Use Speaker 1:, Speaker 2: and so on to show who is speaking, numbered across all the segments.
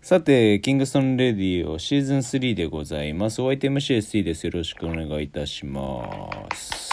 Speaker 1: さて、キングストンレディオシーズン3でございます。お相手 MCST です。よろしくお願いいたします。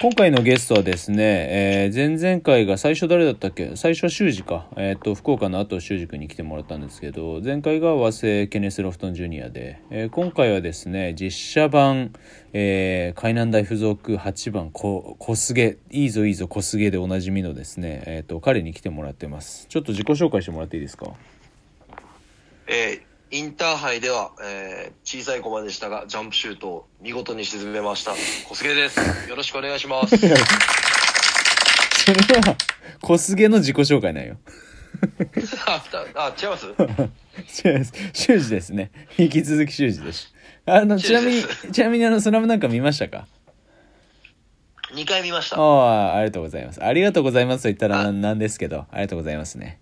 Speaker 1: 今回のゲストはですね、えー前々回が最初誰だったっけ最初は修二か。えっ、と、福岡の後修二君に来てもらったんですけど、前回が和製ケネス・ロフトン・ジュニアで、えー今回はですね、実写版、えー海南大附属8番こ、小菅、いいぞいいぞ小菅でおなじみのですね、えっ、と、彼に来てもらってます。ちょっと自己紹介してもらっていいですか
Speaker 2: えーインターハイでは、えー小さい駒でしたが、ジャンプシュートを見事に沈めました。小菅です。よろしくお願いし ます。
Speaker 1: それは、 小菅の自己紹介なんよ。
Speaker 2: あ、あ違います
Speaker 1: 違います。修二ですね。引き続き修二です。あの、ちなみに
Speaker 2: 修二、
Speaker 1: ちなみにあの、スラムなんか見ましたか
Speaker 2: ?2 回見ました。
Speaker 1: ああ、ありがとうございます。ありがとうございますと言ったらななんですけど、ありがとうございますね。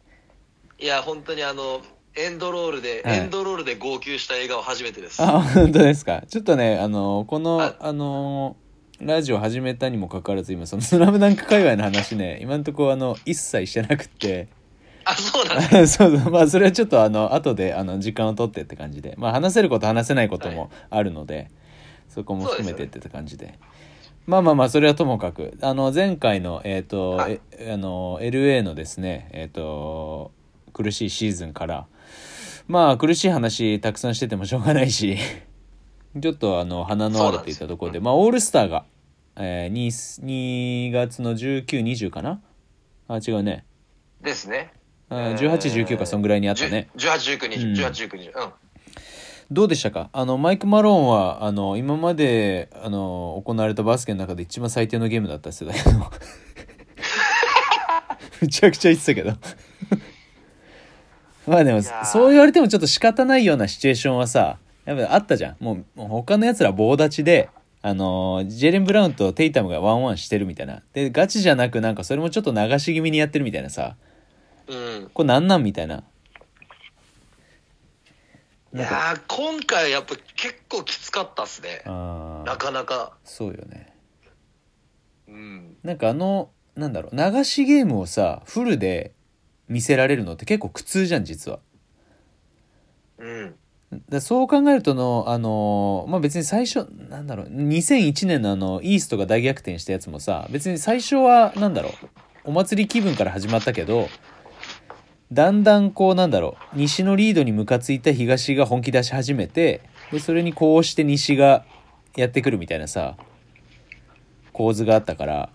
Speaker 2: いや、本当にあの、エンドロールで、
Speaker 1: はい
Speaker 2: エンドロールで号泣した映画は初めてです。
Speaker 1: あ、本当ですか。ちょっとね、あの、この
Speaker 2: あ、
Speaker 1: あの、ラジオ始めたにもかかわらず、今、その、スラムダンク界隈の話ね、今んとこ、あの、一切してなくって、
Speaker 2: あ、そうなんだ。
Speaker 1: あ そうそうまあそれはちょっとあの後であの時間を取ってって感じでまあ話せること話せないこともあるので、そこも含めてって感じでまあまあまあそれはともかくあの前回のえっ、と、
Speaker 2: はい
Speaker 1: えあの LA のですねえっ、と苦しいシーズンからまあ苦しい話たくさんしててもしょうがないし ちょっとあの花のあるって言ったところで
Speaker 2: そうなんですよ
Speaker 1: まあオールスターが、えー、2, 2月の1920かなあ違うね
Speaker 2: ですね。
Speaker 1: あ18、19か、そんぐらいにあったね。
Speaker 2: じゅ。18、19、
Speaker 1: うん
Speaker 2: 20、18、19、20。うん。
Speaker 1: どうでしたかあの、マイク・マローンは、あの、今まで、あの、行われたバスケの中で一番最低のゲームだった世代の。 むちゃくちゃ言ってたけど。 まあでも、
Speaker 2: いやー
Speaker 1: そう言われてもちょっと仕方ないようなシチュエーションはさ、やっぱあったじゃん。もう、もう他の奴ら棒立ちで、あの、ジェレン・ブラウンとテイタムがワンワンしてるみたいな。で、ガチじゃなく、なんかそれもちょっと流し気味にやってるみたいなさ。
Speaker 2: うん。
Speaker 1: これなんなんみたいな。
Speaker 2: いやー今回やっぱ結構きつかったっすね。
Speaker 1: あ
Speaker 2: な
Speaker 1: あ、
Speaker 2: かなか。
Speaker 1: そうよね。
Speaker 2: うん。
Speaker 1: なんかあのなんだろう流しゲームをさフルで見せられるのって結構苦痛じゃん実は。
Speaker 2: うん。
Speaker 1: だそう考えるとのあのまあ別に最初なんだろう2001年のあのイーストが大逆転したやつもさ別に最初はなんだろうお祭り気分から始まったけどだんだんこうなんだろう西のリードにムカついた東が本気出し始めてでそれにこうして西がやってくるみたいなさ構図があったから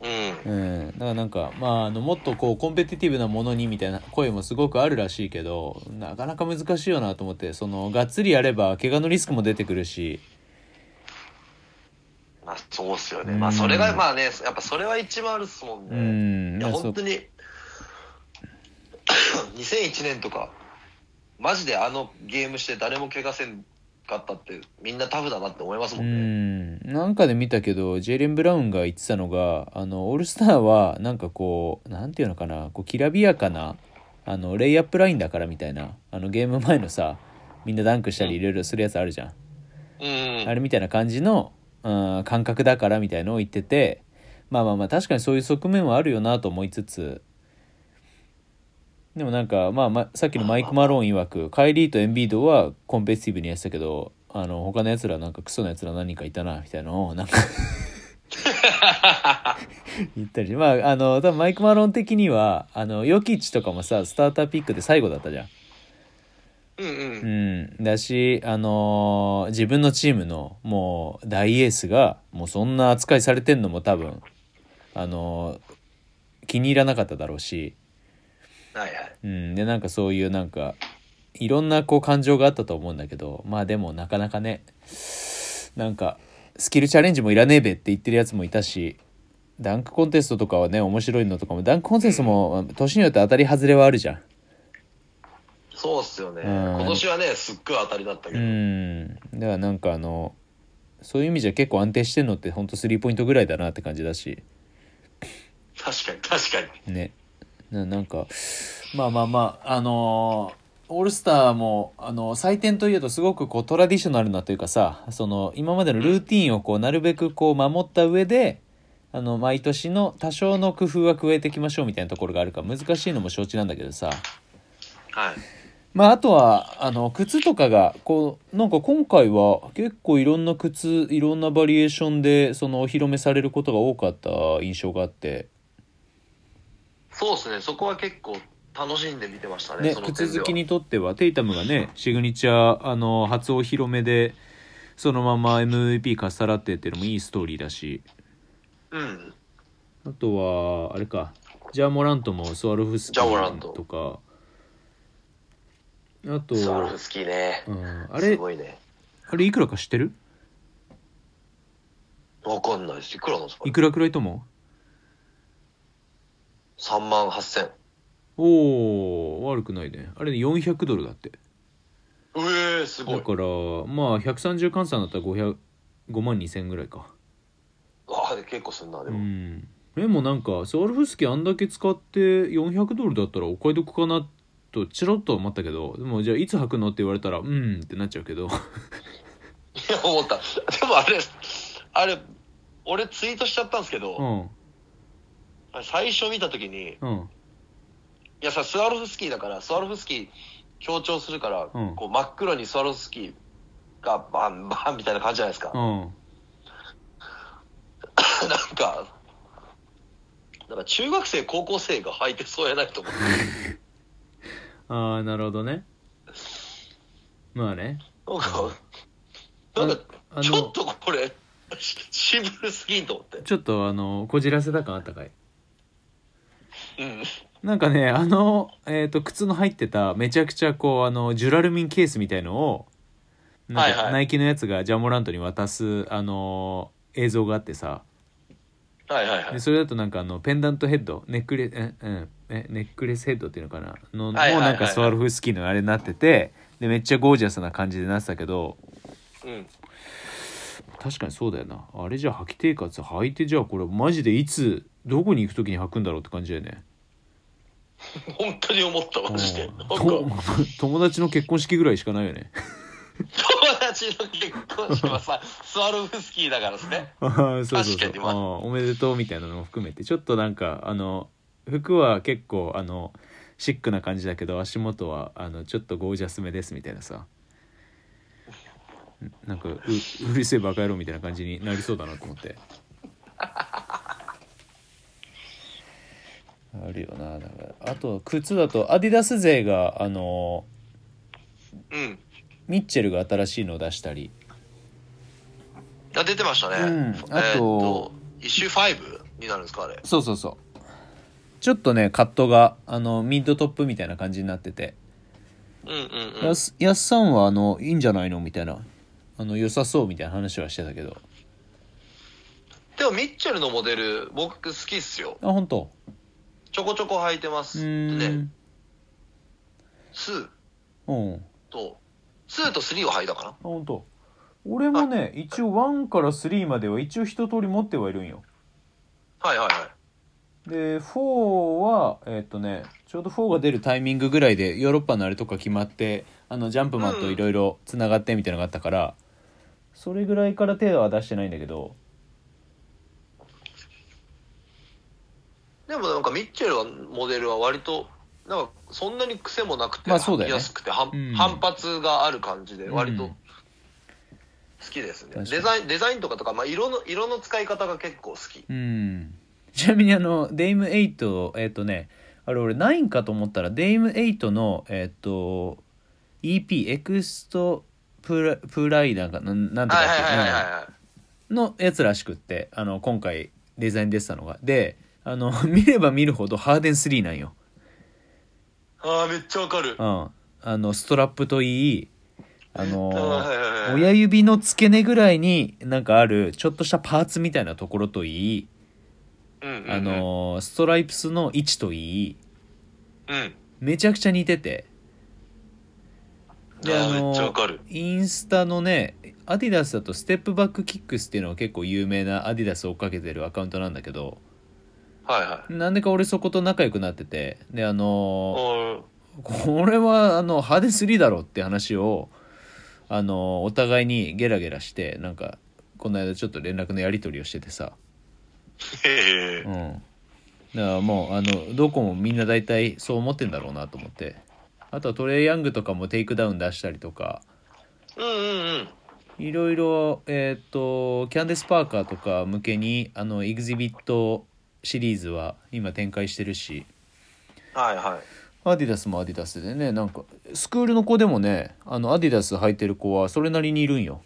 Speaker 2: うん。
Speaker 1: うん、だからなんか、まあ、あのもっとこうコンペティティブなものにみたいな声もすごくあるらしいけどなかなか難しいよなと思ってそのがっつりやれば怪我のリスクも出てくるし
Speaker 2: まあ、そうっすよね。
Speaker 1: うん
Speaker 2: まあ、それが、まあね、やっぱそれは一番あるっすもん
Speaker 1: う
Speaker 2: ね。
Speaker 1: ん
Speaker 2: いや、
Speaker 1: まあそ
Speaker 2: 本
Speaker 1: う
Speaker 2: 当に、2001年とか、マジであのゲームして誰も怪我せんかったって、みんなタフだなって思いますも
Speaker 1: うん
Speaker 2: ね。
Speaker 1: んなんかで見たけどジェイレン・ブラウンが言ってたのがあのオールスターはなんかこうなんていうのかなこうきらびやかなあのレイアップラインだからみたいなあのゲーム前のさみんなダンクしたりいろいろするやつあるじゃん。
Speaker 2: うん。
Speaker 1: あれみたいな感じの、うん、感覚だからみたいのを言っててまあまあまあ確かにそういう側面はあるよなと思いつつでもなんか、まあ、まあさっきのマイク・マローン曰くカイリーとエンビードはコンペティティブにやってたけどあの他のやつらなんかクソなやつら何人かいたなみたいなのをなんか言ったりしてまああの多分マイク・マローン的にはあのヨキッチとかもさスターターピックで最後だったじゃん。
Speaker 2: うんう。
Speaker 1: うんん、だし、あのー自分のチームのもう大エースがもうそんな扱いされてんのも多分、あのー気に入らなかっただろうし、
Speaker 2: はいはい。
Speaker 1: うん、でなんかそういうなんかいろんなこう感情があったと思うんだけどまあでもなかなかねなんかスキルチャレンジもいらねえべって言ってるやつもいたしダンクコンテストとかはね面白いのとかもダンクコンテストも年によって当たり外れはあるじゃん。
Speaker 2: そうっすよね。
Speaker 1: うん
Speaker 2: 今年はね、すっごい当たりだったけ
Speaker 1: う
Speaker 2: ど。
Speaker 1: んだからなんかあのそういう意味じゃ結構安定してんのってほんとスリーポイントぐらいだなって感じだし
Speaker 2: 確かに、確かに。
Speaker 1: ねななんかまあまあまああのーオールスターも、あのー祭典といえどすごくこうトラディショナルなというかさその今までのルーティンをこうなるべくこう守った上であの毎年の多少の工夫は加えていきましょうみたいなところがあるから難しいのも承知なんだけどさ
Speaker 2: はい。
Speaker 1: まああとはあの靴とかがこうなんか今回は結構いろんな靴いろんなバリエーションでそのお披露目されることが多かった印象があって
Speaker 2: そうですね、そこは結構楽しんで見てましたね、
Speaker 1: ね
Speaker 2: その点
Speaker 1: 靴好
Speaker 2: では
Speaker 1: き。にとってはテイタムがねシグニチャーあの初お披露目でそのまま MVP かっさらってっていうのもいいストーリーだし
Speaker 2: うん。
Speaker 1: あとはあれかジャーモラントもスワロフスキ
Speaker 2: ジャーモラント
Speaker 1: ーとかあと、
Speaker 2: スワロフスキーね。
Speaker 1: うん、あ
Speaker 2: す
Speaker 1: れ
Speaker 2: ごいね。
Speaker 1: あれいくらか知ってる
Speaker 2: わかんないです。いくらなんですか
Speaker 1: いくらくらいと思
Speaker 2: ?3 万8000。
Speaker 1: うおお悪くないねあれね400ドルだって
Speaker 2: うえー、すご
Speaker 1: だ
Speaker 2: い。
Speaker 1: からまあ130換算だったら500 5万2000ぐらいか
Speaker 2: ああ、結構すんな、で
Speaker 1: う
Speaker 2: も。
Speaker 1: んでもなんかスワルフスキーあんだけ使って400ドルだったらお買い得かなとチロッとは思ったけどでもじゃあいつ履くのって言われたらうんってなっちゃうけ ど
Speaker 2: いや、 思った。でもあれ、あれ、俺ツイートしちゃったんですけ
Speaker 1: う
Speaker 2: ど、
Speaker 1: ん
Speaker 2: 最初見たときに、い
Speaker 1: うん
Speaker 2: やさ、スワロフスキーだから、スワロフスキー強調するから、
Speaker 1: うん
Speaker 2: こう真っ黒にスワロフスキーがバンバンみたいな感じじゃないですか。
Speaker 1: うん
Speaker 2: なんか、なんか中学生、高校生が履いてそうやないと思って。
Speaker 1: ああなるほどねまあね
Speaker 2: なんか、なんか、
Speaker 1: あ
Speaker 2: ちょっ
Speaker 1: の
Speaker 2: とこれ、し渋すぎんと思って。
Speaker 1: ちょっとあのこじらせた感あったかい
Speaker 2: うん。
Speaker 1: なんかねあの、えー、と靴の入ってためちゃくちゃこうあのジュラルミンケースみたいのをなん
Speaker 2: はいは
Speaker 1: か
Speaker 2: い
Speaker 1: ナイキのやつがジャモラントに渡すあの映像があってさ
Speaker 2: はいはいは
Speaker 1: で
Speaker 2: い。
Speaker 1: それだとなんかあのペンダントヘッドネックレえ、うん、えネックレスヘッドっていうのかなの、
Speaker 2: はいはいはいはい
Speaker 1: もうなんかスワルフスキーのあれになっててでめっちゃゴージャスな感じでなってたけど
Speaker 2: うん。
Speaker 1: 確かにそうだよなあれじゃあ履きてえかつ履いてじゃあこれマジでいつどこに行く時に履くんだろうって感じだよね
Speaker 2: 本当に思った、マジで。
Speaker 1: う
Speaker 2: なんんか、
Speaker 1: と
Speaker 2: 友
Speaker 1: 友達の結婚式ぐらいしかないよね
Speaker 2: 達の結婚式はさ、 スワロフスキーだからですね。
Speaker 1: あーそうそうそう
Speaker 2: 確かにまあ
Speaker 1: あーおめでとうみたいなのも含めてちょっとなんかあの服は結構あのシックな感じだけど足元はあのちょっとゴージャスめですみたいなさなんかううるせえバカ野郎みたいな感じになりそうだなと思ってあるよなだからあと靴だとアディダス勢があの
Speaker 2: うん。
Speaker 1: ミッチェルが新しいのを出したり
Speaker 2: あ出てましたね。
Speaker 1: うんあと
Speaker 2: えーっと、イシュー 5? になるんですか、あれ。
Speaker 1: そうそうそうちょっとねカットがあのミッドトップみたいな感じになってて、
Speaker 2: うんうんうん。
Speaker 1: やすやすさんはあのいいんじゃないのみたいなあの良さそうみたいな話はしてたけど
Speaker 2: でも、ミッチェルのモデル、僕好きっすよ。
Speaker 1: あ本当
Speaker 2: ちょこちょこ履いてま
Speaker 1: う
Speaker 2: す。
Speaker 1: ー
Speaker 2: ね、
Speaker 1: ん
Speaker 2: 2
Speaker 1: うんあ
Speaker 2: と、2と3を履いたかな。
Speaker 1: 本当俺もね一応1から3までは一応一通り持ってはいるんよ
Speaker 2: はいはいはい。
Speaker 1: で4はえーっとねちょうど4が出るタイミングぐらいでヨーロッパのあれとか決まってあのジャンプマンといろいろつながってみたいなのがあったから、それぐらいから手は出してないんだけど
Speaker 2: でもなんかミッチェルはモデルは割となんかそんなに癖もなくて、
Speaker 1: まあそうだよね
Speaker 2: 安くて反,、
Speaker 1: うん
Speaker 2: 反発がある感じで割
Speaker 1: う
Speaker 2: と
Speaker 1: ん
Speaker 2: 好きですね、
Speaker 1: 確かに
Speaker 2: デザインデザインとかとか、まあ、色の色の使い方が結構好き
Speaker 1: うんちなみにあのデイム8をえっ、とねあれ俺9かと思ったらデイム8のえっ、と EP エクストプラプライダーかなんなんとか
Speaker 2: は
Speaker 1: っ
Speaker 2: い
Speaker 1: て
Speaker 2: はいはいはい
Speaker 1: うん
Speaker 2: は
Speaker 1: のやつらしくってあの今回デザイン出てたのがであの 見れば見るほどハーデン3なんよ、
Speaker 2: いあーめっちゃわかる
Speaker 1: うん、あのストラップといいあの
Speaker 2: はいはいはい
Speaker 1: 親指の付け根ぐらいになんかあるちょっとしたパーツみたいなところといい
Speaker 2: うんうんうん
Speaker 1: あのストライプスの位置といい
Speaker 2: うん
Speaker 1: めちゃくちゃ似てて
Speaker 2: いやーめっちゃわかる
Speaker 1: インスタのねアディダスだとステップバックキックスっていうのが結構有名なアディダスを追っかけてるアカウントなんだけど
Speaker 2: はいはい
Speaker 1: なんでか俺そこと仲良くなっててであの
Speaker 2: お
Speaker 1: これはあの派手すぎだろって話をあのお互いにゲラゲラしてなんかこの間ちょっと連絡のやり取りをしててさ
Speaker 2: え
Speaker 1: うん。だからもう、あの、どこもみんな大体そう思ってんだろうなと思って。あとはトレイヤングとかもテイクダウン出したりとか、
Speaker 2: えうんうんうん。
Speaker 1: いろいろ、えっ、と、キャンデス・パーカーとか向けに、あの、エグジビットシリーズは今展開してるし、
Speaker 2: はいはい。
Speaker 1: アディダスもアディダスでね、なんか、スクールの子でもね、あの、アディダス履いてる子はそれなりにいるんよ。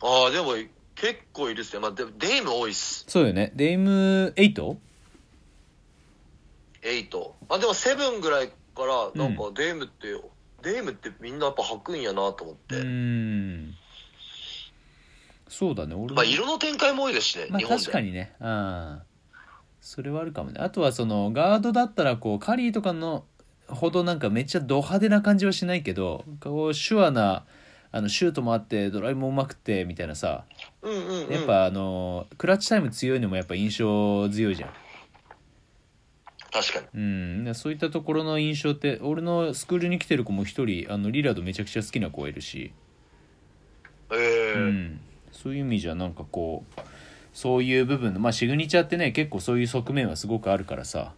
Speaker 2: ああ、でも結構いるっすね。まあ、でデイム多いっす。
Speaker 1: そうよね。デイム 8?
Speaker 2: 8。まあでもセブンぐらいから、なん
Speaker 1: う
Speaker 2: かデイムって、デイムってみんなやっぱ履くんやなと思っ
Speaker 1: う
Speaker 2: て。
Speaker 1: ーん。そうだね、俺も
Speaker 2: まあ色の展開も多いですしね、
Speaker 1: まあ
Speaker 2: 日本で。
Speaker 1: 確かにねうんそれはあるかもねあとはそのガードだったらこうカリーとかのほどなんかめっちゃド派手な感じはしないけどこう手話なあのシュートもあってドライブもうまくてみたいなさ
Speaker 2: うんうんうん。
Speaker 1: やっぱあのクラッチタイム強いのもやっぱ印象強いじゃん
Speaker 2: 確かに。
Speaker 1: うんでそういったところの印象って俺のスクールに来てる子も一人あのリラードめちゃくちゃ好きな子がいるし
Speaker 2: ええ
Speaker 1: うん、そういう意味じゃなんかこうそういう部分のまあシグニチャーってね結構そういう側面はすごくあるからさ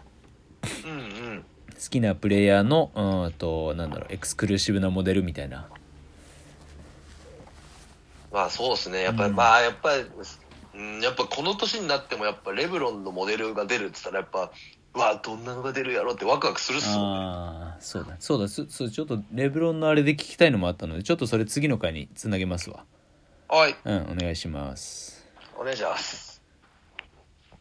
Speaker 2: うんうん。
Speaker 1: 好きなプレイヤーのうーんとなんだろうエクスクルーシブなモデルみたいな
Speaker 2: まあそうですね。やっぱり、
Speaker 1: うん
Speaker 2: まあやっぱり、うん、やっぱこの年になってもやっぱレブロンのモデルが出るって言ったらやっぱ、うわどんなのが出るやろってワクワクするっすもん
Speaker 1: ああそうだそうだそそうちょっとレブロンのあれで聞きたいのもあったのでちょっとそれ次の回につなげますわ
Speaker 2: はい、
Speaker 1: うんお願いします
Speaker 2: お願いします。